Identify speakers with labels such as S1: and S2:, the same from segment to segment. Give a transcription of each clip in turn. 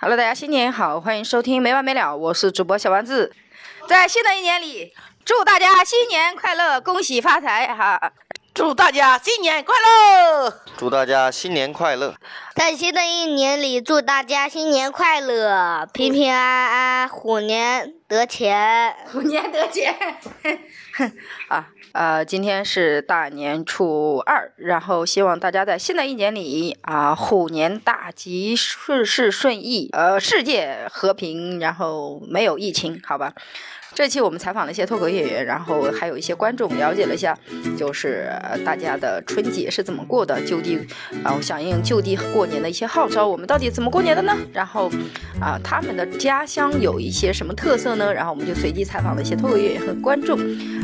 S1: Hello，大家新年好，欢迎收听没完没了，我是主播小丸子。在新的一年里，祝大家新年快乐，恭喜发财哈！
S2: 祝大家新年快乐！
S3: 祝大家新年快乐！
S4: 在新的一年里，祝大家新年快乐，平平安安，虎年得钱。
S1: 虎年得钱啊！呃，今天是大年初二，然后希望大家在新的一年里啊，虎年大吉，事事顺意，呃，世界和平，然后没有疫情，好吧？这期我们采访了一些脱口演员，然后还有一些观众了解了一下，就是呃大家的春节是怎么过的，就地，然后响应就地过年的一些号召，我们到底怎么过年的呢？然后，啊、他们的家乡有一些什么特色呢？然后我们就随机采访了一些脱口演员和观众，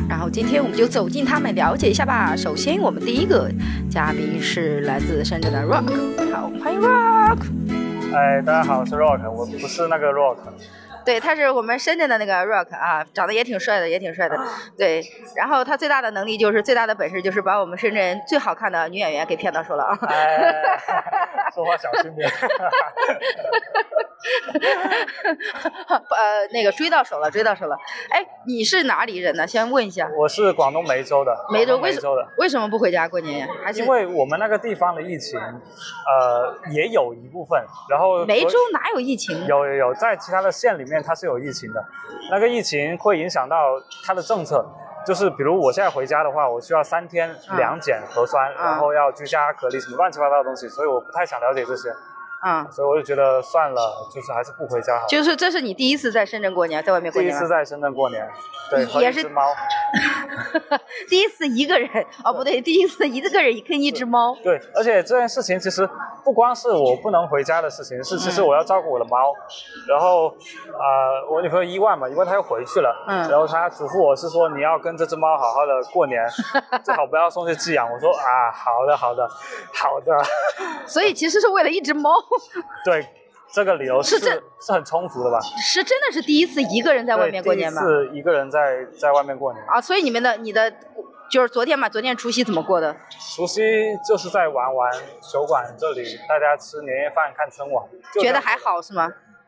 S1: 然后今天我们就走进他们了解一下吧。首先，我们第一个嘉宾是来自深圳的 Rock，好，欢迎 Rock，
S5: 哎，大家好，我是 Rock，我不是那个 Rock，
S1: 对，他是我们深圳的那个 Rock 啊，长得也挺帅的，也挺帅的。对，然后他最大的能力就是最大的本事就是把我们深圳最好看的女演员给骗到手了 啊。
S5: 哎，说话小心 点。
S1: 呃，那个追到手了，追到手了。哎，你是哪里人呢？先问一下，
S5: 我是广东梅州的，
S1: 梅州
S5: 广东梅
S1: 为什
S5: 州的，
S1: 为什么不回家过年呀？还是
S5: 因为我们那个地方的疫情，呃，也有一部分，然后
S1: 梅
S5: 所
S1: 州哪有疫情？
S5: 有有有，在其他的县里面它是有疫情的，那个疫情会影响到它的政策，就是比如我现在回家的话，我需要三天
S1: 嗯
S5: 两检核酸，然后要居家隔离什么乱七八糟的东西，所以我不太想了解这些，
S1: 啊、
S5: 所以我就觉得算了，就是还是不回家好。
S1: 就是这是你第一次在深圳过年，在外面过
S5: 第一
S1: 年
S5: 次
S1: 吗？
S5: 在深圳过年，对，和
S1: 也
S5: 一
S1: 是
S5: 只猫，
S1: 第一次一个人哦，不对，第一次一个人跟一只猫。
S5: 对，而且这件事情其实不光是我不能回家的事情，是其实
S1: 嗯
S5: 我要照顾我的猫，然后啊、我女朋友伊万嘛，伊万她又回去了，
S1: 嗯
S5: 然后她嘱咐我是说你要跟这只猫好好的 过年，最好不要送去寄养。我说啊，好的，好的，好的，
S1: 所以其实是为了一只猫，
S5: 对，这个理由
S1: 是
S5: 是
S1: 这
S5: 是很充足的吧？
S1: 是真的是第一次一个人在外面过年吗？
S5: 是一个人在在外面过年，
S1: 啊，所以你们的你的就是昨天嘛，昨天除夕怎么过的？
S5: 除夕就是在玩玩酒馆这里，大家吃年夜饭看春晚，就这
S1: 觉
S5: 样
S1: 得还好是吗？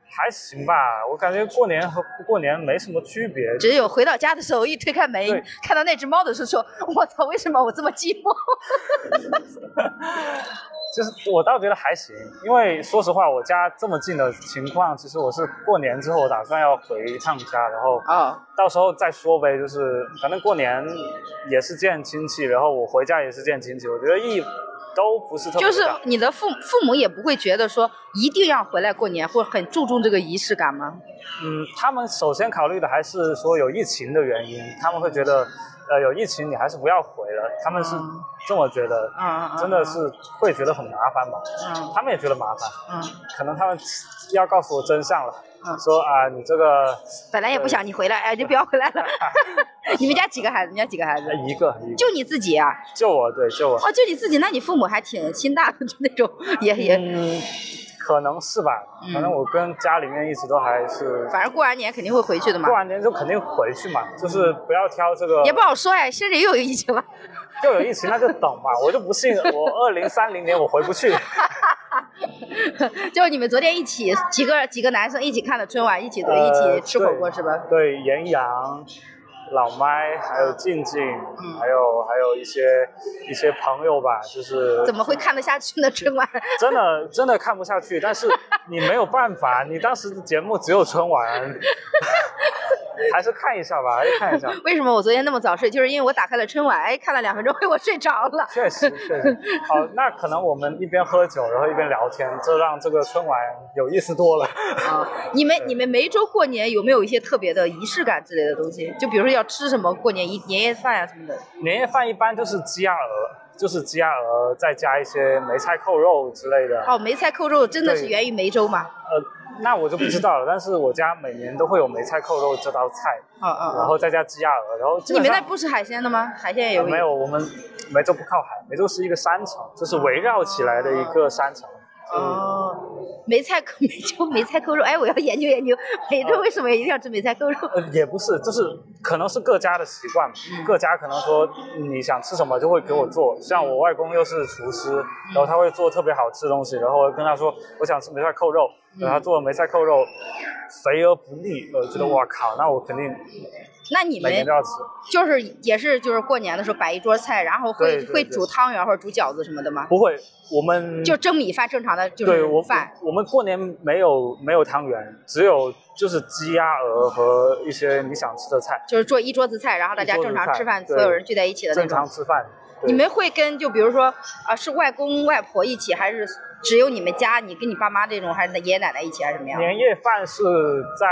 S5: 还行吧，我感觉过年和不过年没什么区别。
S1: 只有回到家的时候，一推开门
S5: 对，
S1: 看到那只猫的时候，说：“我操，为什么我这么寂寞
S5: 其实我倒觉得还行，因为说实话，我家这么近的情况，其实我是过年之后我打算要回一趟家，然后？”
S1: 哦，
S5: 到时候再说呗。就是反正过年也是见亲戚，然后我回家也是见亲戚，我觉得意义都不是特 别
S1: 就
S5: 大。
S1: 是你的父父母也不会觉得说一定要回来过年，或很注重这个仪式感吗？
S5: 嗯，他们首先考虑的还是说有疫情的原因，他们会觉得，呃，有疫情你还是不要回了，他们是
S1: 嗯
S5: 这么觉得，
S1: 嗯嗯嗯
S5: 真的是会觉得很麻烦吧，
S1: 嗯
S5: 他们也觉得麻烦，
S1: 嗯，
S5: 可能他们要告诉我真相了，
S1: 嗯
S5: 说啊，你这个
S1: 本来也不想你回来，哎，就不要回 来了。你们家几个孩子？你们家几个孩子
S5: 呃？一个一个
S1: 就你自己啊？
S5: 救我，对救我，
S1: 哦，就你自己，那你父母还挺心大的，就那种也也，
S5: 嗯，可能是吧，
S1: 嗯
S5: 反正我跟家里面一直都还是，
S1: 反正过完年肯定会回去的嘛
S5: 过。完年就肯定回去嘛，就是不要挑这个，
S1: 嗯也不好说哎，深圳又有疫情了。
S5: 又有疫情那就等吧，我就不信我二零三零年我回 不去。
S1: 就是你们昨天一起几个几个男生一起看的春晚，一起走，
S5: 呃
S1: 一起吃火锅是吧？
S5: 对，岩羊、老麦，还有静静，
S1: 嗯
S5: 还有还有一些一些朋友吧，就是
S1: 怎么会看得下去呢？春晚
S5: 真的真的看不下去，但是你没有办法，你当时的节目只有春晚，还是看一下吧，还是看一下。
S1: 为什么我昨天那么早睡？就是因为我打开了春晚，哎，看了两分钟，我睡着了。
S5: 确实，确实，好，那可能我们一边喝酒，然后一边聊天，这让这个春晚有意思多了。
S1: 啊，你们你们梅州过年有没有一些特别的仪式感之类的东西？就比如说要吃什么过年一年夜饭呀、什么的。
S5: 年夜饭一般就是鸡鸭鹅，就是鸡鸭鹅，再加一些梅菜扣肉之类的。
S1: 哦，梅菜扣肉真的是
S5: 对
S1: 源于梅州吗？
S5: 呃，那我就不知道了。但是我家每年都会有梅菜扣肉这道菜，
S1: 哦哦
S5: 然
S1: 哦。
S5: 后再加鸡鸭鹅，然后基
S1: 你
S5: 本
S1: 们
S5: 上
S1: 那不吃海鲜的吗？海鲜也
S5: 呃
S1: 有。
S5: 没有，我们梅州不靠海，梅州是一个山城，就是围绕起来的一个山城。嗯，
S1: 哦，梅菜扣 梅州梅菜扣肉，哎，我要研究研究梅
S5: 啊
S1: 州为什么一定要吃梅菜扣肉？
S5: 呃，也不是，就是可能是各家的习惯，
S1: 嗯
S5: 各家可能说嗯你想吃什么就会给我做。像我
S1: 嗯
S5: 外公又是厨师，然后他会做特别好吃的东西，然后我跟他说我想吃梅菜扣肉，
S1: 嗯
S5: 然后她做梅菜扣肉，肥而不腻，我觉得哇靠，那我肯定
S1: 那嗯你
S5: 每
S1: 们
S5: 年都要吃。
S1: 就是也是就是过年的时候摆一桌菜，然后
S5: 对
S1: 会
S5: 对
S1: 会
S5: 对
S1: 煮汤圆或者煮饺子什么的吗？
S5: 不会，我们
S1: 就蒸米饭正常的就
S5: 对我
S1: 是饭，
S5: 我们过年没有没有汤圆，只有就是鸡鸭鹅和一些你想吃的菜，
S1: 就是做一桌子菜，然后大家
S5: 一桌子
S1: 正常
S5: 菜
S1: 吃饭，
S5: 对
S1: 所有人聚在一起的那
S5: 正
S1: 种
S5: 常。吃饭。对
S1: 你们会跟就比如说啊，是外公外婆一起，还是只有你们家你跟你爸妈这种，还是爷爷奶奶一起，还是什么样？
S5: 年夜饭是在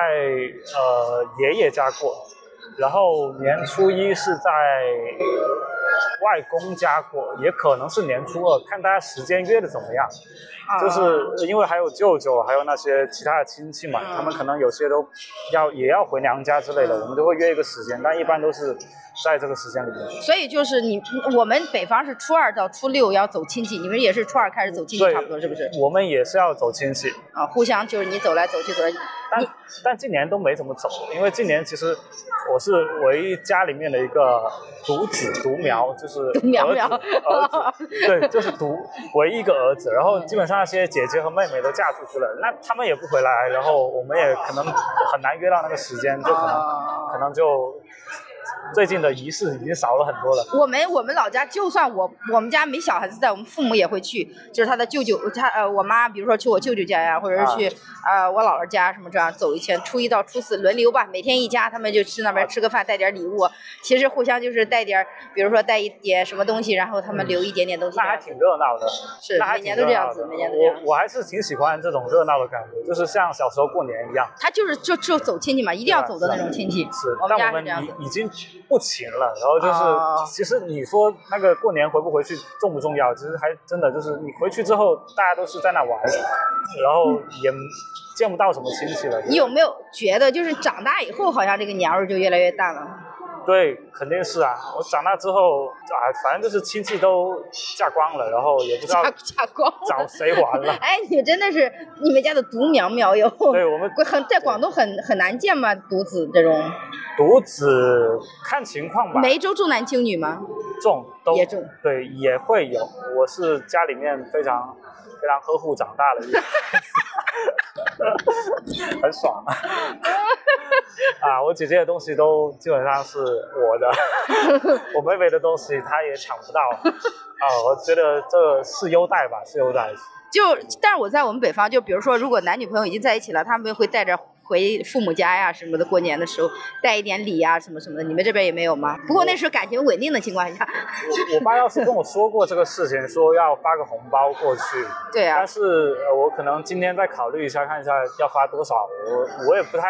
S5: 呃爷爷家过，然后年初一是在外公家过，也可能是年初二，看大家时间约的怎么样。
S1: 啊
S5: 就是因为还有舅舅，还有那些其他的亲戚嘛，
S1: 嗯
S5: 他们可能有些都要也要回娘家之类的，我们都会约一个时间，但一般都是在这个时间里面。
S1: 啊所以就是你我们北方是初二到初六要走亲戚，你们也是初二开始走亲戚，
S5: 对
S1: 差不多是不是？
S5: 我们也是要走亲戚，
S1: 啊，互相就是你走来走去走来，
S5: 但但今年都没怎么走，因为今年其实我是唯一家里面的一个独子独苗，就是儿子
S1: 苗苗
S5: 儿子，对，就是独唯一一个儿子。然后基本上那些姐姐和妹妹都嫁出去了，那他们也不回来，然后我们也可能很难约到那个时间，就可能、
S1: 啊
S5: 可能就最近的仪式已经少了很多了。
S1: 我们我们老家，就算我我们家没小孩子在，我们父母也会去，就是他的舅舅，他呃我妈，比如说去我舅舅家呀，或者是去
S5: 啊
S1: 呃我姥姥家什么这样走一圈，初一到初四轮流吧，每天一家，他们就去那
S5: 啊
S1: 边吃个饭，带点礼物，其实互相就是带点儿，比如说带一点什么东西，然后他们留一点点东西
S5: 嗯那
S1: 这
S5: 还
S1: 样子，
S5: 挺热闹的，
S1: 是
S5: 那还
S1: 每
S5: 挺
S1: 年
S5: 热
S1: 都
S5: 闹
S1: 这
S5: 的。
S1: 样子，每年都这样。
S5: 我我还是挺喜欢这种热闹的感觉，就是像小时候过年一样。
S1: 他就是就就走亲戚嘛，一定要走的那种亲戚。
S5: 啊是，
S1: 我们
S5: 但
S1: 家
S5: 我
S1: 是
S5: 们
S1: 这样子。
S5: 已已经不勤了。然后就是，
S1: 哦
S5: 其实你说那个过年回不回去重不重要，其实还真的就是你回去之后，大家都是在那玩，然后也见不到什么亲戚了。
S1: 你有没有觉得，就是长大以后，好像这个年味儿就越来越淡了？
S5: 对，肯定是啊。我长大之后啊，反正就是亲戚都嫁光了，然后也不知道
S1: 嫁嫁光了。
S5: 找谁玩了
S1: 哎，你真的是你们家的独苗苗哟。
S5: 对我们
S1: 很在广东很很难见吗？独子这种，
S5: 独子看情况吧，
S1: 梅州重男轻女吗？
S5: 重都
S1: 也重
S5: 对也会有。我是家里面非常非常呵护长大的一个 人，很爽啊！啊，我姐姐的东西都基本上是我 的，我妹妹的东西她也抢不到啊。我觉得这是优待吧，是优待。
S1: 就，但是我在我们北方，就比如说，如果男女朋友已经在一起了，他们会带着。回父母家呀什么的，过年的时候带一点礼呀什么什么的，你们这边也没有吗？不过那时候感情稳定的情况下，
S5: 我我爸要是跟我说过这个事情，说要发个红包过去，
S1: 对啊
S5: 但，是呃我可能今天再考虑一下，看一下要发多少。我我也不太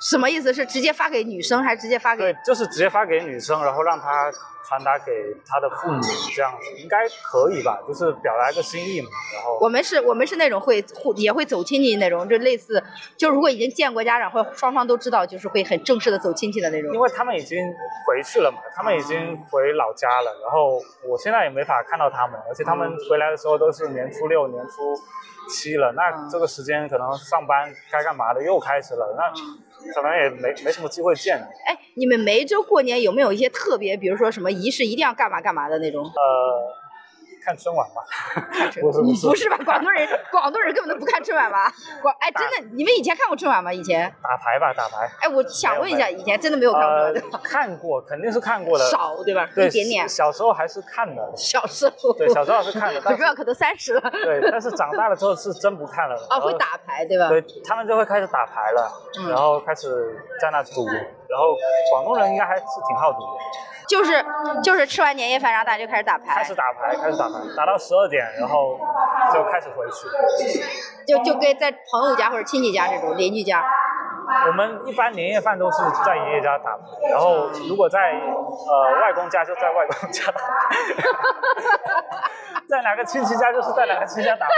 S1: 什么意思？是直接发给女生，还是直接发给
S5: 对，就是直接发给女生，然后让她传达给她的父母，这样子应该可以吧？就是表达一个心意嘛。然后
S1: 我们是我们是那种会互也会走亲戚那种，就类似，就如果已经见过家长，会双方都知道，就是会很正式的走亲戚的那
S5: 因
S1: 种。
S5: 为他们已经回去了嘛，他们已经回老家了，然后我现在也没法看到他们，而且他们回来的时候都是年初六、年初七了，那
S1: 嗯
S5: 这个时间可能上班该干嘛的又开始了，那可能也没没什么机会见了。
S1: 哎，你们梅州过年有没有一些特别，比如说什么仪式一定要干嘛干嘛的那种？
S5: 呃，看春晚吧，不是不是
S1: 不是吧？广东人，广东人根本都不看春晚吧？广哎，真的，你们以前看过春晚吗？以前？
S5: 打牌吧，打牌。
S1: 哎，我想问一下，
S5: 没有没
S1: 以前真的没有看过
S5: 呃
S1: 对吧，
S5: 看过，肯定是看过的。
S1: 少对吧？
S5: 对，
S1: 一点点。
S5: 小时候还是看的，
S1: 小时候。
S5: 对，小时候还是看的，
S1: 我
S5: 但
S1: 知道，可都三十了。
S5: 对，但是长大了之后是真不看了。
S1: 啊，
S5: 然后
S1: 会。打牌对吧？
S5: 对他们就会开始打牌了，
S1: 嗯
S5: 然后开始在那赌，然后广东人应该还是挺好赌的，
S1: 就是就是吃完年夜饭，然后大家就开始打
S5: 开
S1: 牌
S5: 始，打牌，开始打牌，打到十二点，然后就开始回去。
S1: 就就跟在朋友家或者亲戚家这种邻居家，
S5: 我们一般年夜饭都是在爷爷家打，然后如果在呃外公家就在外 公家打，在哪个亲戚家就是在哪个亲戚家 打牌，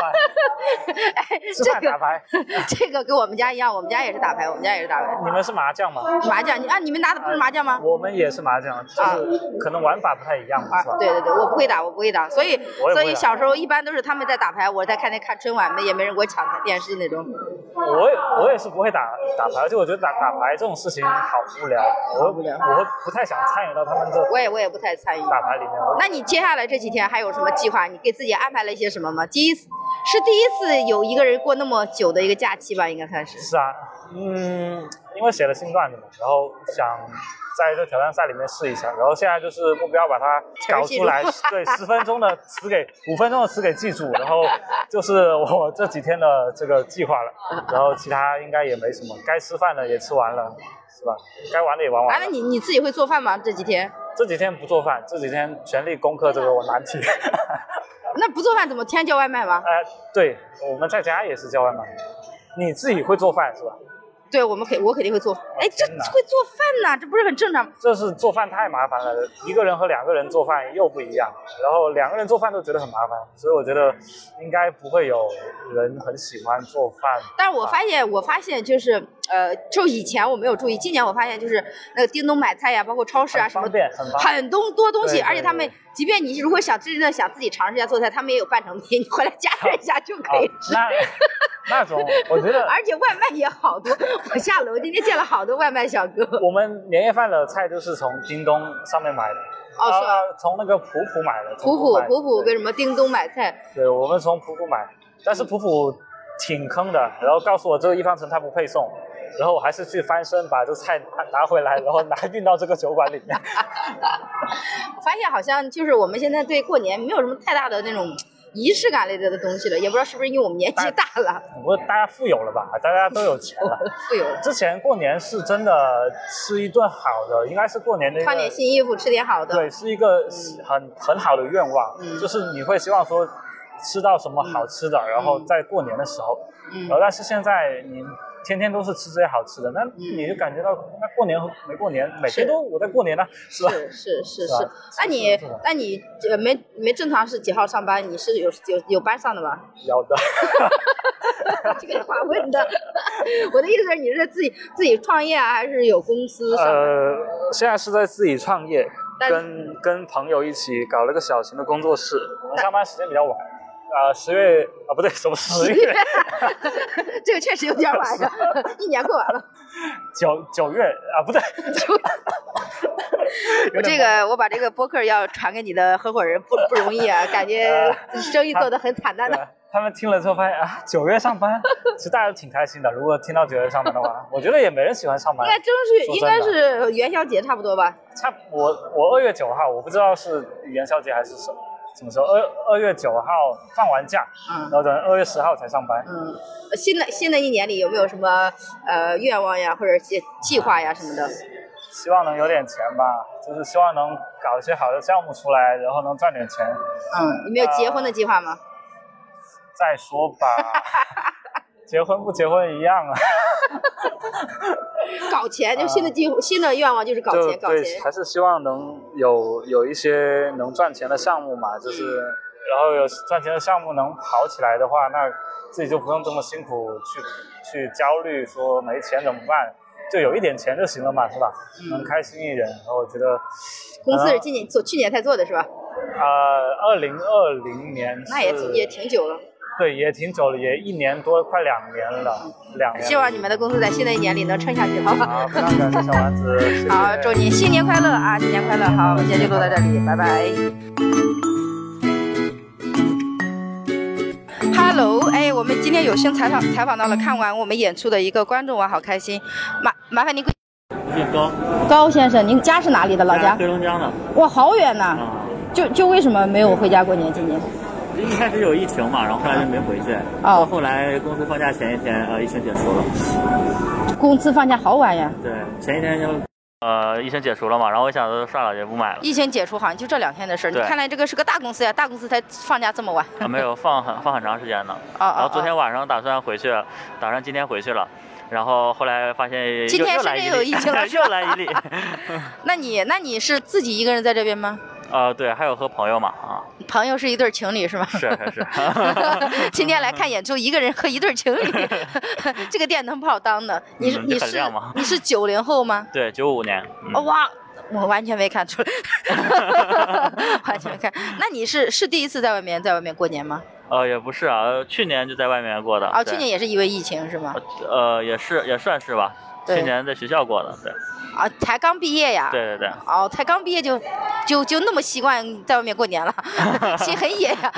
S5: 吃饭
S1: 这个
S5: 打牌。
S1: 这个跟我们家一样，我们家也是打牌，我们家也是打牌。
S5: 你们是麻将吗？
S1: 麻将，你啊，你们打的不是麻将吗？
S5: 我们也是麻将，就是可能玩法不太一样，
S1: 啊
S5: 是吧，？
S1: 对对对，我不会打，我不会打，所以
S5: 我也不会打
S1: 所以小时候一般都是他们在打牌，我在看那看春晚，没也没人给我抢台电视那种。
S5: 我也我也是不会打打牌，而且我觉得打打牌这种事情好无聊，我
S1: 无聊
S5: 我会不太想参与到他们这
S1: 我也我也不太参与。
S5: 打牌里面。我
S1: 那你接下来这几天还有什么计划？你给自己安排了一些什么吗？第一是第一次有一个人过那么久的一个假期吧，应该算是。
S5: 是啊，嗯，因为写了新段子嘛，然后想在这挑战赛里面试一下，然后现在就是目标把它搞出来
S1: 词儿记，
S5: 对，十分钟的词给五分钟的词给记住，然后就是我这几天的这个计划了，然后其他应该也没什么，该吃饭的也吃完了，是吧？该玩的也玩
S1: 啊，
S5: 完
S1: 那
S5: 了。
S1: 你你自己会做饭吗？这几天？
S5: 这几天不做饭，这几天全力攻克这个我难题。
S1: 那不做饭怎么天天叫外卖吗？
S5: 哎、对，我们在家也是叫外卖。你自己会做饭是吧？
S1: 对，我们肯我肯定会做。哎，这
S5: 天哪
S1: 会做饭呐、这不是很正常吗？
S5: 这是做饭太麻烦了，一个人和两个人做饭又不一样，然后两个人做饭都觉得很麻烦，所以我觉得应该不会有人很喜欢做饭。
S1: 但是我发现，我发现就是，呃，就以前我没有注意，今年我发现就是那个叮咚买菜呀，包括超市啊
S5: 很
S1: 什么
S5: 方，便，很 方便。
S1: 很多多东西，
S5: 对对
S1: 而且他们
S5: 对，
S1: 即便你如果想真正的想自己尝试一下做菜，他们也有半成品，你回来加热一下就
S5: 啊
S1: 可以。，
S5: 那那种我觉得
S1: 而且外卖也好多，我下楼今天见了好多外卖小哥。哦
S5: 我们年夜饭的菜就是从京东上面买的，
S1: 哦，是吧？
S5: 啊，从那个普普买的，
S1: 普普普普跟
S5: 跟
S1: 什么叮咚买菜，
S5: 对，我们从普普买，但是普普挺坑的，然后告诉我这个一方城它不配送，然后我还是去翻身把这菜拿拿回来，然后拿运到这个酒馆里面。
S1: 我发现好像就是我们现在对过年没有什么太大的那种仪式感类的的东西了，也不知道是不是因为我们年
S5: 哎
S1: 纪大了，
S5: 不过大家富有了吧？大家都有钱了。
S1: 富有了，
S5: 之前过年是真的吃一顿好的，应该是过年的一个
S1: 穿点新衣服，吃点好的。
S5: 对，是一个是很很好的愿望，
S1: 嗯
S5: 就是你会希望说吃到什么好吃的，然后在过年的时候，
S1: 嗯
S5: 然后但是现在你天天都是吃这些好吃的，那你就感觉到那过年和没过年，每
S1: 嗯是
S5: 天都我在过年呢，是 吧？
S1: 是是是
S5: 是
S1: 是
S5: 吧，
S1: 那你
S5: 是吧
S1: 那你呃没没正常是几号上班？你是有有有班上的 吧？
S5: 有的，
S1: 这个话问的， 我的意思是你是自己自己创业啊，还是有公司上班？
S5: 呃，现在是在自己创业，
S1: 但
S5: 跟跟朋友一起搞了个小型的工 作室。我们上班时间比较晚，啊、十月啊不对，什么十月
S1: 这个确实有点晚呀，一年过完了。
S5: 九九月啊 不对，
S1: 我这个我把这个播客要传给你的合伙人不不容易啊，感
S5: 呃
S1: 觉生意做得很惨淡
S5: 对
S1: 的。
S5: 他们听了之后发现啊，九月上班，其实大家都挺开心的。如果听到九月上班的话， 我觉得也没人喜欢上班
S1: 应。该正是
S5: 说
S1: 应
S5: 真
S1: 该
S5: 的
S1: 是元宵节差不多吧？
S5: 差不我我二月九号，我不知道是元宵节还是什么什么时候，二二月九号放完假，
S1: 嗯
S5: 然后等二月十号才上班。
S1: 嗯，新的新的一年里有没有什么呃愿望呀，或者计计划呀什么的？
S5: 希望能有点钱吧，就是希望能搞一些好的项目出来，然后能赚点钱，
S1: 嗯，你没有结婚的计划吗？
S5: 再说 吧。结婚不结婚一样啊，
S1: 搞钱，就新的计、新的愿望就是搞
S5: 呃就
S1: 钱，搞
S5: 对，
S1: 钱。
S5: 还是希望能有有一些能赚钱的项目嘛，就是，嗯然后有赚钱的项目能跑起来的话，那自己就不用这么辛苦去去焦虑说没钱怎么办，就有一点钱就行了嘛，是吧？能开啊心一点，然后我觉得
S1: 嗯公司是今年做去年才做的是吧？
S5: 呃，二零二零年
S1: 那也
S5: 是
S1: 挺也挺久了。
S5: 对，也挺久了，也一年多，快两年了，两年了。
S1: 希望你们的公司在新的一年里能撑下去，好吧？
S5: 好，非常感谢小丸子，谢谢
S1: 好，祝你新年快乐啊！新年快乐！好，我们今天就录到这里，拜拜。Hello，哎，我们今天有幸采访采访到了看完我们演出的一个观众啊，好开心！麻麻烦您贵
S6: 变高，
S1: 高先生，您家是嗯哪里的？老
S6: 在
S1: 家？
S6: 黑龙江的
S1: 哇，好远呐、
S6: 啊。
S1: 就就为什么没有回家过年？今年？
S6: 一开始有疫情嘛，然后后来就没回去。
S1: 哦
S6: 到后来公司放假前一天，呃，疫情解除了。
S1: 公司放假好晚呀。
S6: 对，前一天就，呃，疫情解除了嘛，然后我想着算了，也不买了。
S1: 疫情解除好像就这两天的事儿，你
S6: 对
S1: 看来这个是个大公司呀，大公司才放假这么晚。
S6: 啊，没有放很放很长时间呢。
S1: 哦
S6: 然后
S1: 哦
S6: 昨天
S1: 哦，
S6: 晚上打算回去，打算今天回去了。然后后来发现又
S1: 今天
S6: 又
S1: 深
S6: 来
S1: 圳
S6: 一
S1: 有
S6: 例
S1: 疫情了是吧
S6: 又来一例。
S1: 那你那你是自己一个人在这边吗？
S6: 呃，对，还有和朋友嘛 啊，
S1: 朋友是一对儿情侣是吗？。
S6: 是是是
S1: 今天来看演出，一个人和一对儿情 侣，这个店能不好当的？你是
S6: 嗯这
S1: 你
S6: 很
S1: 是
S6: 亮吗
S1: 你是九零后吗？
S6: 对，九五年。嗯
S1: 哦哇，我完全没看 出来，完全没看。那你是是第一次在外面在外面过年吗？
S6: 呃，也不是啊，去年就在外面过的。
S1: 哦，
S6: 对
S1: 去年也是因为疫情是吗？
S6: 呃，也是也算是吧。
S1: 对
S6: 去年在学校过的，对，
S1: 啊，才刚毕业呀。。
S6: 呃对对对，
S1: 哦，才刚毕业就就就那么习惯在外面过年 了，心很野呀。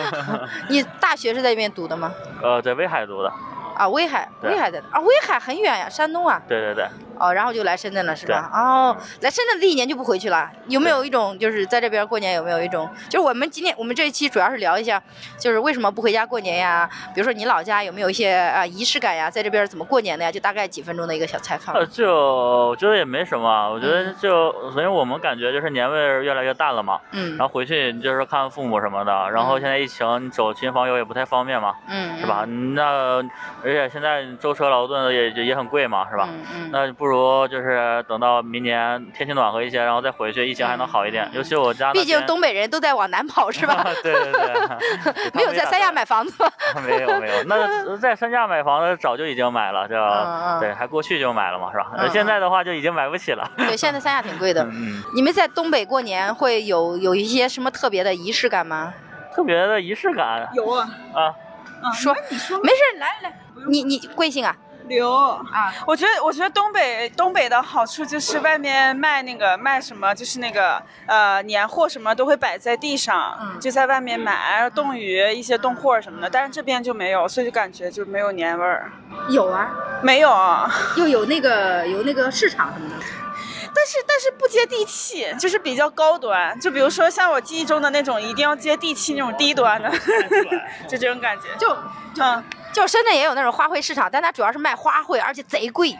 S1: 你大学是在那边读的吗？
S6: 呃，在威海读的，
S1: 啊，威海，
S6: 对
S1: 威海的啊，威海很远呀，山东啊。
S6: 对对对，
S1: 哦，然后就来深圳了是吧？
S6: 对
S1: 哦
S6: 嗯，
S1: 来深圳的一年就不回去了，有没有一种就是在这边过年有没有一种，就是我们今天我们这一期主要是聊一下，就是为什么不回家过年呀？比如说你老家有没有一些啊、呃仪式感呀？在这边怎么过年的呀？就大概几分钟的一个小采访。
S6: 呃，就我觉得也没什么，我觉得
S1: 嗯
S6: 就因为我们感觉就是年味儿越来越淡了嘛，
S1: 嗯
S6: 然后回去你就是看父母什么的，然后
S1: 嗯
S6: 现在疫情，你走亲访友也不太方便嘛，
S1: 嗯，
S6: 是吧？那而且现在舟车劳顿的也也也很贵嘛，是
S1: 是
S6: 吧？
S1: 嗯嗯。
S6: 那不如就是等到明年天气暖和一些，然后再回去，疫情还能好一点。
S1: 嗯
S6: 尤其我家那
S1: 毕竟
S6: 边
S1: 东北人都在往南跑，是 吧？，
S6: 对对对
S1: 没有在三亚买房子 吧？
S6: 他没打算，没有没有， 那在三亚买房的早就已经买了，就、
S1: 嗯嗯
S6: 对，还过去就买了嘛，是吧？
S1: 嗯嗯
S6: 现在的话就已经买不起了。
S1: 对，现在三亚挺贵的。
S6: 嗯，
S1: 你们在东北过年会有有一些什么特别的仪式感吗？
S6: 特别的仪式感
S7: 有啊，
S6: 啊，
S7: 啊，
S1: 说
S7: 你说
S1: 没事儿，来来，你你贵姓啊？
S7: 刘
S1: 啊，
S7: 我觉得我觉得东北东北的好处就是外面卖那个卖什么，就是那个呃年货什么都会摆在地上，
S1: 嗯
S7: 就在外面买冻鱼一些冻货什么的，
S2: 嗯
S7: 但是这边就没有，所以就感觉就没有年味儿，
S1: 有啊，
S7: 没有啊，
S1: 又有那个有那个市场什么的。
S7: 但是但是不接地气，就是比较高端，就比如说像我记忆中的那种一定要接地气那种低端的， 就这种感觉，
S1: 就
S7: 嗯。
S1: 就深圳也有那种花卉市场，但它主要是卖花卉，而且贼贵。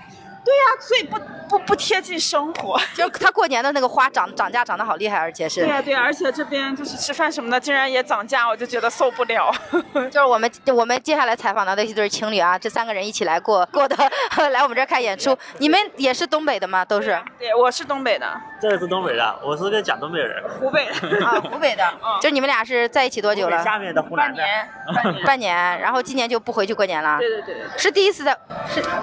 S7: 所以不不不贴近生活。
S1: 就是它过年的那个花涨涨价涨得好厉害，而且是
S7: 对啊呀对呀，而且这边就是吃饭什么的竟然也涨价，我就觉得受不了。
S1: 就是我们我们接下来采访到的一对情侣啊，这三个人一起来过过的 来我们这儿看演出。你们也是东北的吗？ 都是啊，
S7: 对，我是东北的，
S8: 这个是东北的，我是个假东北 人，
S7: 湖北 的，
S1: 湖北的
S7: 嗯。
S1: 就是你们俩是在一起多久了？
S8: 下面的湖
S7: 半
S8: 南的。
S7: 年，半年。
S1: 半年，然后今年就不回去过年了。
S7: 对对对对
S1: 是第一次在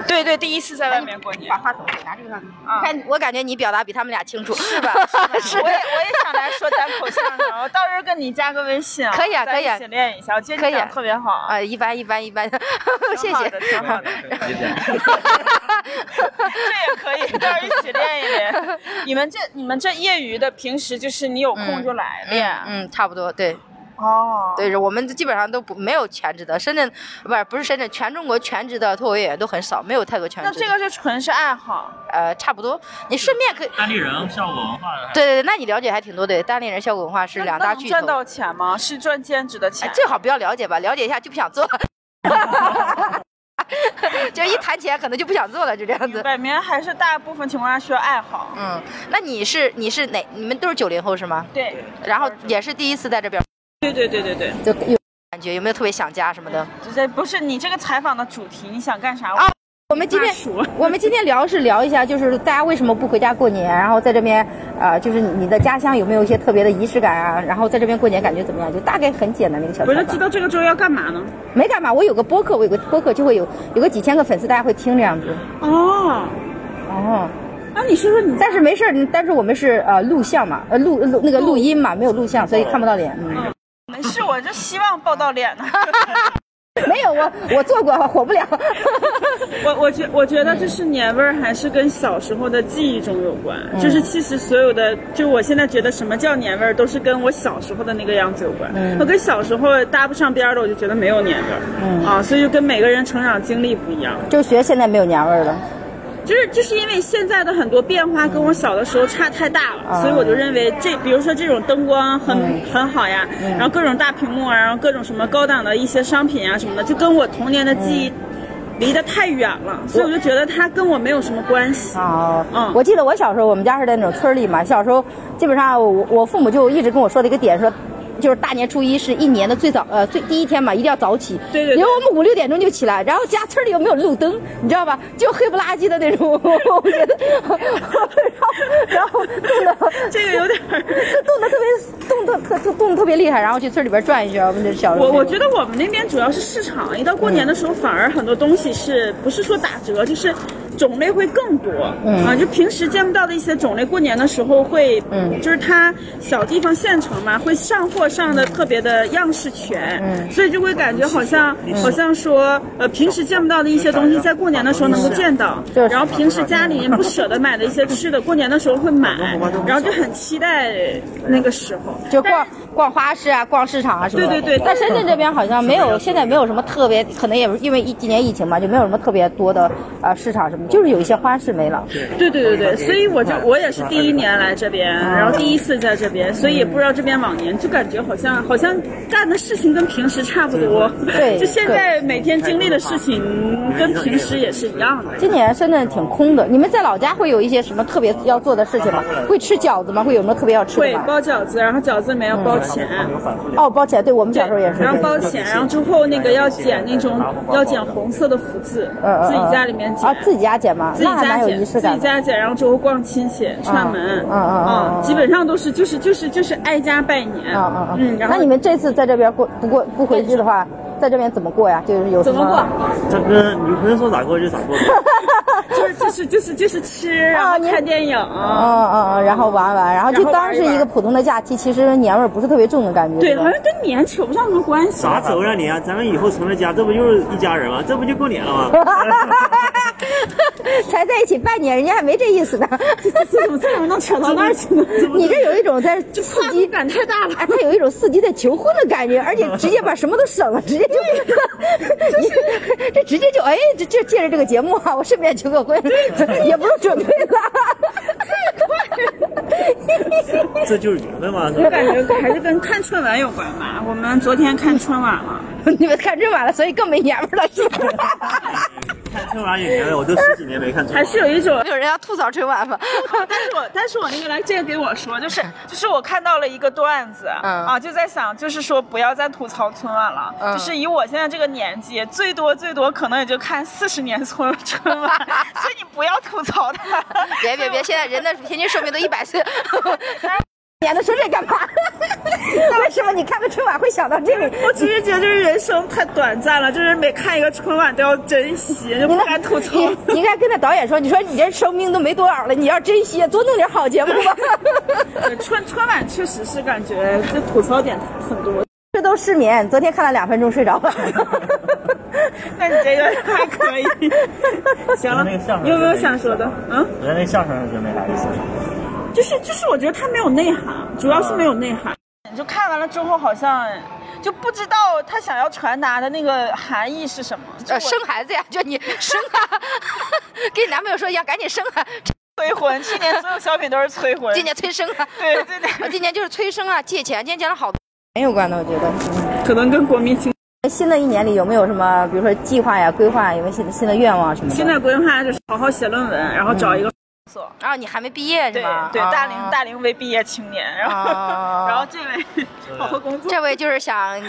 S7: 对对对，第一次在外面过年。
S1: 话筒给拿这个话筒。
S7: 啊
S1: 看，嗯我感觉你表达比他们俩清楚。是吧？ 是
S7: 我也我也想来说单口相声，我到时候跟你加个微信啊，
S1: 可以啊
S7: 咱们
S1: 可以啊
S7: 一起练一下。我觉
S1: 可
S7: 得
S1: 以
S7: 你
S1: 啊
S7: 讲得特别好啊，
S1: 啊，一般一般一般，谢
S7: 挺好
S1: 谢
S7: 的。挺好的， 这也可以，到时候一起练一练。你们这你们这业余的，平时就是你有空就来练
S1: 嗯，差不多，对
S7: 哦。
S1: 对，我们基本上都不没有全职的，深圳不是不是深圳，全中国全职的脱口秀演员都很少，没有太多全
S7: 那
S1: 职的。
S7: 这个就纯是爱好。
S1: 呃，差不多，你顺便可以，
S6: 当地人效果文化的
S1: 对对对，那你了解还挺多的。单立人效果文化是
S7: 那
S1: 两
S7: 那
S1: 大
S7: 能
S1: 巨
S7: 赚
S1: 头，
S7: 到钱吗？是赚兼职的钱
S1: 哎，。最好不要了解吧，了解一下就不想做。 就一谈钱可能就不想做了，就这样子。
S7: 摆明还是大部分情况下需要爱好。
S1: 嗯，那你是你是哪？你们都是九零后是吗？
S7: 对，
S1: 然后也是第一次在这边，
S7: 对对对对对，
S1: 就有感觉有没有特别想家什么的？
S7: 就是不是你这个采访的主题，你想干啥？
S1: 啊我们今天
S7: 数
S1: 我们今天聊是聊一下，就是大家为什么不回家过年，然后在这边，呃，就是你的家乡有没有一些特别的仪式感啊？然后在这边过年感觉怎么样？就大概很简单的一个小
S7: 不
S1: 采
S7: 是
S1: 访
S7: 知，道这个周要干嘛呢？
S1: 没干嘛。我有个播客，我有个播客就会有有个几千个粉丝，大家会听这样子。
S7: 哦，
S1: 哦，
S7: 那你说说你
S1: 但是没事儿，但是我们是呃录像嘛，呃录录那个录音嘛，没有录
S7: 哦
S1: 像，所以看不到脸。嗯，
S7: 没事，我就希望报到脸呢。
S1: 没有我我做过，火不了。
S7: 我我觉我觉得就是年味儿还是跟小时候的记忆中有关，
S1: 嗯
S7: 就是其实所有的，就我现在觉得什么叫年味儿，都是跟我小时候的那个样子有关。
S1: 嗯
S7: 我跟小时候搭不上边儿的，我就觉得没有年味儿、
S1: 嗯
S7: 啊，所以就跟每个人成长经历不一样。
S1: 就觉得现在没有年味儿了。
S7: 就是就是因为现在的很多变化跟我小的时候差太大了，
S1: 啊
S7: 所以我就认为这，比如说这种灯光很、
S1: 嗯
S7: 很好呀，
S1: 嗯
S7: 然后各种大屏幕啊，然后各种什么高档的一些商品啊什么的，就跟我童年的记
S1: 嗯
S7: 忆离得太远了，所以我就觉得它跟我没有什么关系。
S1: 哦，
S7: 嗯
S1: 我记得我小时候，我们家是在那种村儿里嘛，小时候基本上我我父母就一直跟我说的一个点说。就是大年初一是一年的最早，呃，最第一天嘛，一定要早起。
S7: 对对对
S1: 因为我们五六点钟就起来，然后家村里又没有路灯，你知道吧？就黑不拉几的那种， 我觉得，然后然后冻得
S7: 这个有点儿。
S1: 冻得特别冻得特特冻得特别厉害，然后去村里边转一圈。我们这小时候那种，
S7: 我
S1: 嗯
S7: 我觉得我们那边主要是市场，一到过年的时候，反而很多东西是不是说打折，就是种类会更多，
S1: 嗯
S7: 啊，就平时见不到的一些种类，过年的时候会，
S1: 嗯
S7: 就是它小地方县城嘛，会上货上的特别的样式全，
S1: 嗯
S7: 所以就会感觉好像、好像说，呃，平时见不到的一些东西，在过年的时候能够见到，
S1: 对
S7: 然后平时家里人不舍得买的一些吃的，过年的时候会买，然后就很期待那个时候，
S1: 就逛逛花市啊，逛市场啊什么的。
S7: 对对对
S1: 但深圳这边好像没有，现在没有什么特别，可能也是因为一今年疫情嘛，就没有什么特别多的啊、呃市场什么，就是有一些花市没了。
S7: 对对对对，所以我就我也是第一年来这边，
S1: 啊
S7: 然后第一次在这边，所以也不知道这边往年，就感觉好像好像干的事情跟平时差不多，
S1: 对
S7: 就现在每天经历的事情跟平时也是一样的。
S1: 今年深圳挺空的。你们在老家会有一些什么特别要做的事情吗？会吃饺子吗？会有什么特别要吃
S7: 会
S1: 的吗？
S7: 包饺子，然后饺子里面要包钱，
S1: 哦，包起来，对我们
S7: 对
S1: 嗯小时候也，是。
S7: 然后包钱，然后之后那个要剪那种要剪红色的福字
S1: 嗯，
S7: 自己家里面剪
S1: 啊，，自己家剪吗？
S7: 自己
S1: 那还蛮
S7: 家
S1: 有
S7: 姐，
S1: 仪式
S7: 自己
S1: 感的。
S7: 家姐，然后之后逛亲戚、串门，啊
S1: 嗯嗯嗯嗯嗯
S7: 基本上都是就是就是就是挨家拜年，
S1: 啊啊啊！
S7: 嗯，然后
S1: 那你们这次在这边过不过不回去的话，在这边怎么过呀？就是有什
S7: 怎么过？
S8: 这个你不是说咋过就咋过 呗，
S7: 就是就是就是就是吃，然后
S1: 你
S7: 看电影，
S1: 嗯嗯嗯，然后玩玩，然后就
S7: 然后玩
S1: 当是
S7: 一玩
S1: 一个普通的假期，其实年味儿不是特别重的感觉。
S7: 对，
S1: 吧
S7: 好像跟年扯不上什么关系。
S8: 啥仇上你啊？咱们以后成了家，这不就是一家人吗？这不就过年 了吗？
S1: 才在一起半年，人家还没这意思呢。
S7: 这怎么这怎么能扯到那儿 去呢？
S1: 你这有一种在
S7: 这
S1: 伺
S7: 跨
S1: 机
S7: 度感太大了
S1: 哎，他有一种伺机在求婚的感觉，而且直接把什么都省了，直接就，你 这直接就哎，这这借着这个节目啊，我顺便求个婚，也不用准备了。
S8: 这就是缘分嘛，是
S7: 我
S8: 吧？
S7: 感觉还是跟看春晚有关吧。我们昨天看春晚了，
S1: 你们看春晚了，所以更没年味儿了，是吧？
S8: 看春晚有缘分，我都十几年没看春晚了。
S7: 还是有一种
S1: 有人要吐槽春晚吗？
S7: 但是我但是我那个来，这个给我说，就是就是我看到了一个段子，
S1: 嗯
S7: 啊，就在想，就是说不要再吐槽春晚了，
S1: 嗯
S7: 就是以我现在这个年纪，最多最多可能也就看四十年春春 晚，所以你不要吐槽它。
S1: 别别别！现在人的平均寿命都一百岁， 年的说这干嘛？ 为什么你看个春晚会想到这个？
S7: 我只是觉得就是人生太短暂了，就是每看一个春晚都要珍惜，就不该吐槽。
S1: 你你应该跟那导演说，你说你这生命都没多少了，你要珍惜，啊多弄点好节目吧。
S7: 对春春晚确实是感觉这吐槽点很多，
S1: 这都失眠，昨天看了两分钟睡着了。
S7: 那你这个还可以。行了，
S8: 那个相声
S7: 你有没有想说的？嗯。
S8: 我觉得那相声真没啥意思。
S7: 就是就是，我觉得它没有内涵，主要是没有内涵。就看完了之后，好像就不知道他想要传达的那个含义是什么。就
S1: 呃，
S7: 我
S1: 生孩子呀，就你生啊， 跟你男朋友说呀，赶紧生啊，
S7: 催婚，去年所有小品都是催婚。
S1: 今年催生啊。
S7: 对对 对，
S1: 今年就是催生啊，借钱，今年借了好多钱有关的，我觉得。
S7: 可能跟国民经
S1: 新的一年里有没有什么，比如说计划呀、规划，有没有新的新的愿望什么的？
S7: 现在规划就是好好写论文，然后找一个、
S1: 啊，你还没毕业是
S7: 对
S1: 吧？
S7: 对、
S1: 啊
S7: 大龄大龄为毕业青年，然后、
S1: 啊
S7: 然后这位好好工作。
S1: 这位就是想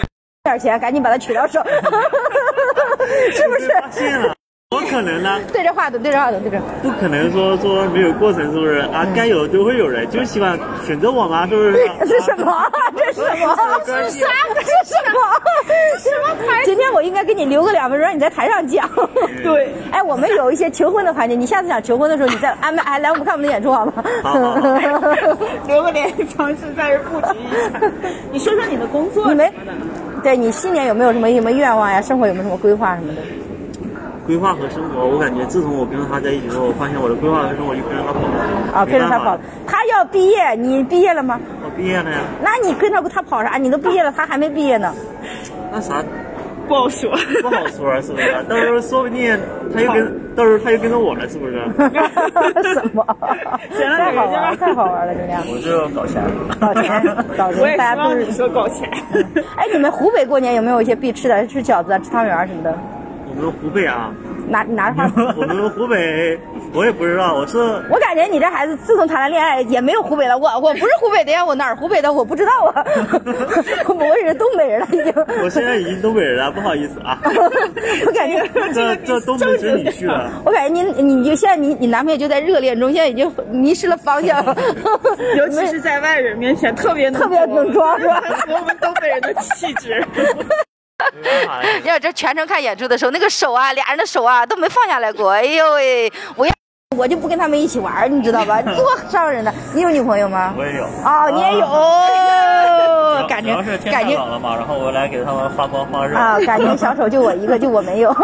S1: 点钱，赶紧把它取到手， 是不是？
S8: 发现了，我可能呢，
S1: 对着话筒，对着话筒，对着。
S8: 不可能说说没有过程，是不是啊？该有都会有人，就希望选择我嘛，是 不是？
S1: 这什么？这什么？
S8: 这是啥
S1: 这是什么？什么台？今天我应该给你留个两分钟，让你在台上讲。
S7: 对，
S1: 哎，我们有一些求婚的环节，你下次想求婚的时候，你再安排哎来我们看我们的演出好吗？
S8: 好好好
S7: 留个联系方式在这布局一下。 你说说你的工 作
S1: 你们
S7: 什么的，
S1: 对你新年有没有什么什么愿望呀？生活有没有什么规划什么的？
S8: 规划和生活，我感觉自从我跟着他在一起之后，我发现我的规划和生活就跟着他跑了。
S1: 啊，跟着
S8: 没办
S1: 他
S8: 法
S1: 跑了，他要毕业，你毕业了吗？
S8: 我毕业了呀，
S1: 那你跟着他跑啥？啊你都毕业了，他还没毕业 呢。
S8: 那啥
S7: 不好说。
S8: 不好说，啊是不是？到时候说不定他又跟，到时候他又跟着我了，是不是？
S1: 什么？
S7: 行了
S1: 太好玩
S7: 你
S1: 了，
S7: 这
S1: 太好玩了，这 样。
S8: 我就搞钱，
S1: 搞钱，搞
S7: 我
S1: 钱，
S7: 也
S1: 大家
S7: 希
S1: 都
S7: 望你
S1: 是。
S7: 说搞 钱。
S1: 哎，你们湖北过年有没有一些必吃的？吃饺子啊，吃汤圆儿什么的？
S8: 我们湖北啊，
S1: 拿拿着话筒。
S8: 我们湖北，我也不知道，我是
S1: 我感觉你这孩子自从谈了恋爱也没有湖北了，我我不是湖北的呀，我哪儿湖北的我不知道啊， 我也是东北人了已经。
S8: 我现在已经东北人了，不好意思啊，
S1: 我感觉，
S8: 这这东北是你去了，
S1: 我感觉你你就现在你你男朋友就在热恋中，现在已经迷失了方向了，
S7: 尤其是在外人面前特别能
S1: 特别能装是吧
S7: 很符合我们东北人的气质。
S1: 没
S6: 哎
S1: 办法了。
S4: 要这全程看演出的时候，那个手啊，俩人的手啊都没放下来过。哎呦喂，我要我就不跟他们一起玩儿，你知道 吧？多伤人呢！你有女朋友吗？
S1: 我也有。
S4: 哦，你也有，
S1: 主要
S4: 感
S1: 主要
S4: 觉
S1: 是天
S4: 感
S1: 太
S4: 觉
S1: 冷了嘛，然后我来给他们发光发热。
S4: 啊，感情小丑就我一个，就我没有。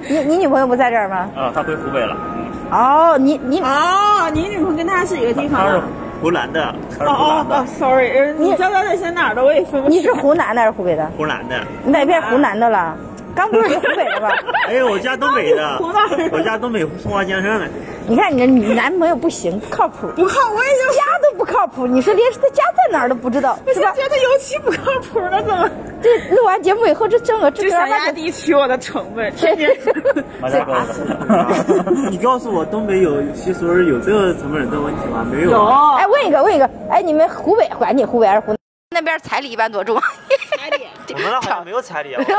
S4: 你你女朋友不在这儿吗？
S1: 啊，他回湖北了，嗯，
S4: 哦，你你
S7: 哦，你女朋友跟他是一个地方
S5: 他是
S7: 的。
S5: 湖南的，
S1: 他是
S7: 哦
S1: 湖
S7: 哦
S1: 南的。
S7: 哦，sorry，呃你
S4: 你
S7: 交代在先哪儿的我也分不
S4: 你
S7: 清。
S4: 是湖南的还是湖北的？
S5: 湖 南的。
S4: 你哪变湖南的了？刚不是你湖北 的吧？
S5: 哎呦，我家东北 的
S7: 湖南人，
S5: 我家东北松花江 上的。
S4: 你看你这你男朋友不行，靠谱
S7: 不靠，我已经
S4: 家都不靠谱，你说连他家在哪儿都不知道，
S7: 我
S4: 是吧
S7: 就？觉得尤其不靠谱了，怎么
S4: 这录完节目以后，这正儿
S7: 就
S4: 正
S7: 想
S4: 儿八
S7: 压
S4: 经。
S7: 低取我的成本？真是
S1: 马家沟的。
S5: 你告诉我，东北有习俗有这个成本的问题吗？没有啊。
S7: 有
S4: 哎，问一个，问一个，哎，你们湖北，管你湖北还是湖南？那边彩礼一般多 重？彩礼，
S8: 我们那好像没有彩礼啊。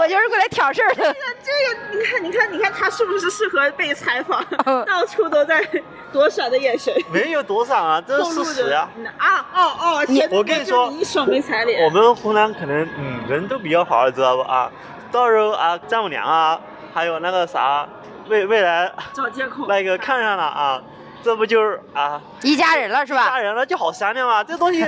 S4: 我就是过来挑事儿的。？
S7: 这个，你看，你看，你看，他是不是适合被采访到处都在躲闪的眼神，
S8: 没有多少啊，这
S7: 透
S8: 是
S7: 露
S8: 事
S7: 着
S8: 实啊。
S7: 啊哦哦，你
S8: 我跟你说
S7: 你一手没踩脸，
S8: 我们湖南可能嗯人都比较好，知道吧？啊，到时候啊丈母娘啊，还有那个啥，未未来
S7: 找借口
S8: 那个看上了啊，这不就是啊
S4: 一家人了是吧
S8: 嫁？人了就好商量啊，这东西。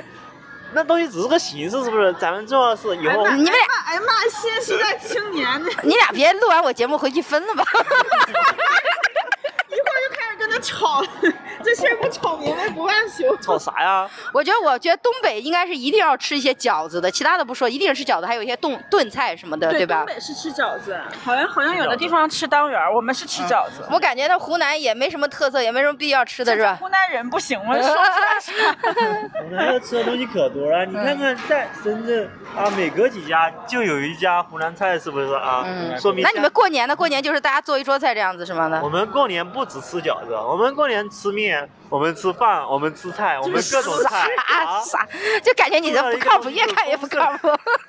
S8: 那东西只是个形式，是不是？咱们重要的是以后
S4: 你们俩，
S7: 哎呀妈，新时代青年呢， 一
S4: 你俩别录完我节目回去分了吧。
S7: 会儿就开始跟他吵， 这事儿不吵明白不罢休。
S8: 吵啥呀？
S4: 我觉得，我觉得东北应该是一定要吃一些饺子的，其他的不说，一定是吃饺子，还有一些炖炖菜什么的，
S7: 对
S4: 吧嗯
S7: 东？北是吃饺子，好像好像有的地方吃汤圆儿，我们是吃饺子。
S4: 我感觉那湖南也没什么特色，也没什么必要吃的嗯是吧？
S7: 湖南人不行吗？说出来啥？
S5: 我们这吃的东西可多了，
S8: 嗯
S5: 你看看在深圳啊，每隔几家就有一家湖南菜，是不是啊？
S4: 嗯
S5: 说明
S4: 那你们过年呢？过年就是大家做一桌菜这样子是吗？
S8: 我们过年不只吃饺子，我们过年吃面，我们吃饭，我们吃菜，我们各种菜
S4: 啊啥， 就感觉你这不靠谱，越看越不靠谱。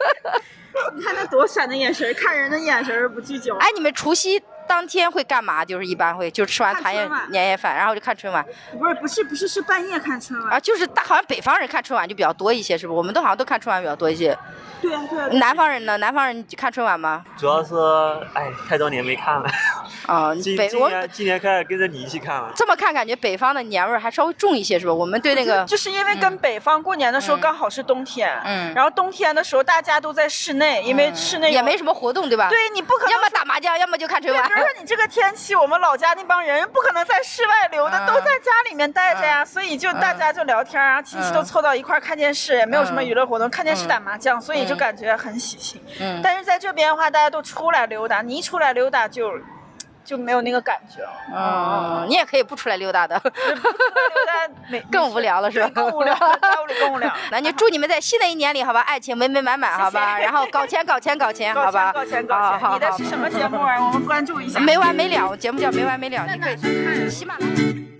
S7: 你看那躲闪的眼神，看人的眼神儿不聚焦。
S4: 哎，你们除夕当天会干嘛？就是一般会就吃完
S7: 看
S4: 团圆
S7: 春晚
S4: 年夜饭，然后就看春晚
S7: 不是不是不是是半夜看春晚
S4: 啊，。就是大好像北方人看春晚就比较多一些，是不是？我们都好像都看春晚比较多一些。
S7: 对啊对啊。
S4: 南方人呢？南方人看春晚吗？
S5: 主要是哎，太多年没看了，
S4: 啊，
S5: 今
S4: 北
S5: 今
S4: 我们
S5: 年今年开始跟着你一起看了。
S4: 这么看感觉北方的年味儿还稍微重一些，是吧？我们对那个
S9: 就是因为跟北方过年的时候
S4: 嗯
S9: 刚好是冬天，
S4: 嗯
S9: 然后冬天的时候大家都在室内，因为室内有
S4: 也没什么活动，对吧？
S9: 对你不可能
S4: 要么打麻将，要么就看春
S9: 对，
S4: 晚
S9: 比。如说你这个天气，我们老家那帮人不可能在室外溜达，
S4: 嗯
S9: 都在家里面待着呀，所以就大家就聊天啊，亲戚都凑到一块儿看电视，也没有什么娱乐活动，看电视打麻将，所以就感觉很喜庆。
S4: 嗯，
S9: 但是在这边的话，大家都出来溜达，你一出来溜达就就没有那个感 觉了，
S4: 嗯，你也可以不出来溜达的，
S9: 溜达没
S4: 更无聊了是吧？
S9: 对更无聊了，在屋里更无 聊。
S4: 那就祝你们在新的一年里，好吧，爱情美美满满，好吧，然后搞钱搞钱搞钱，好 吧，
S9: 搞钱
S4: 好
S9: 搞
S4: 好
S9: 钱，
S4: 好
S9: 你的是什么节目啊？我们关注一下。
S4: 没完没了，节目叫没完没了，你可以喜马拉雅。